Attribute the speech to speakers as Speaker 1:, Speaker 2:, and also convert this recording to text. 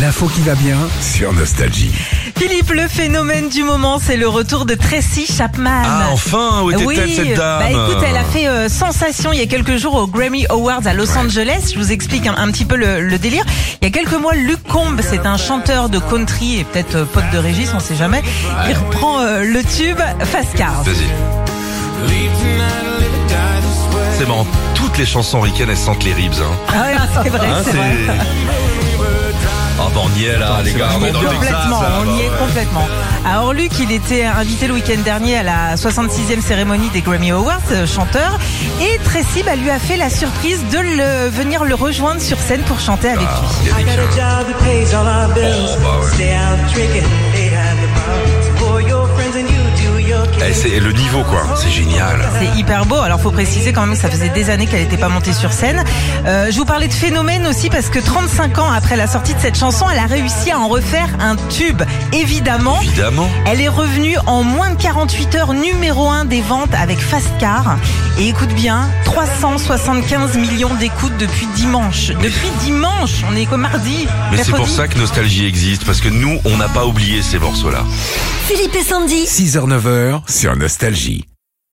Speaker 1: L'info qui va bien sur Nostalgie.
Speaker 2: Philippe, le phénomène du moment, c'est le retour de Tracy Chapman.
Speaker 3: Ah, enfin, où était-elle
Speaker 2: oui,
Speaker 3: cette dame
Speaker 2: bah écoute, elle a fait euh, sensation il y a quelques jours aux Grammy Awards à Los Angeles. Je vous explique un, un petit peu le, le délire. Il y a quelques mois, Luc Combes, c'est un chanteur de country et peut-être euh, pote de Régis, on sait jamais. Il reprend euh, le tube Fast Car.
Speaker 3: Vas-y. C'est marrant. Toutes les chansons ricaines, elles sentent les ribs. Hein.
Speaker 2: Ah ouais, c'est vrai,
Speaker 3: Hein,
Speaker 2: c'est
Speaker 3: c'est-
Speaker 2: vrai.
Speaker 3: Ah bah on y est là, les gars. On est dans le Texas.
Speaker 2: Complètement,
Speaker 3: là, bah
Speaker 2: on y est
Speaker 3: ouais.
Speaker 2: complètement. Alors Luc, il était invité le week-end dernier à la 66e cérémonie des Grammy Awards, euh, chanteur, et Tracy bah, lui a fait la surprise de le, venir le rejoindre sur scène pour chanter avec lui.
Speaker 4: I
Speaker 3: Yannick,
Speaker 4: got a
Speaker 3: hein.
Speaker 4: job that pays all our bills.
Speaker 3: bah ouais.
Speaker 4: Stay out drinking late at the bar. Support your friends and you do your
Speaker 3: Eh,
Speaker 4: kids.
Speaker 3: c'est le niveau, quoi. C'est génial.
Speaker 2: C'est hyper beau. Alors, faut préciser quand même que ça faisait des années qu'elle n'était pas montée sur scène. Euh, je vous parlais de phénomène aussi parce que 35 ans après la sortie de cette chanson, elle a réussi à en refaire un tube. Évidemment,
Speaker 3: Évidemment.
Speaker 2: elle est revenue en moins de 48 heures numéro 1 des ventes avec Fast Car. Et écoute bien, 375 millions d'écoutes depuis dimanche. Depuis dimanche, on est que mardi.
Speaker 3: Mais c'est pour
Speaker 2: mercredi.
Speaker 3: ça que Nostalgie existe, parce que nous, on n'a pas oublié ces morceaux-là.
Speaker 5: Philippe et Sandy.
Speaker 1: 6h-9h sur Nostalgie.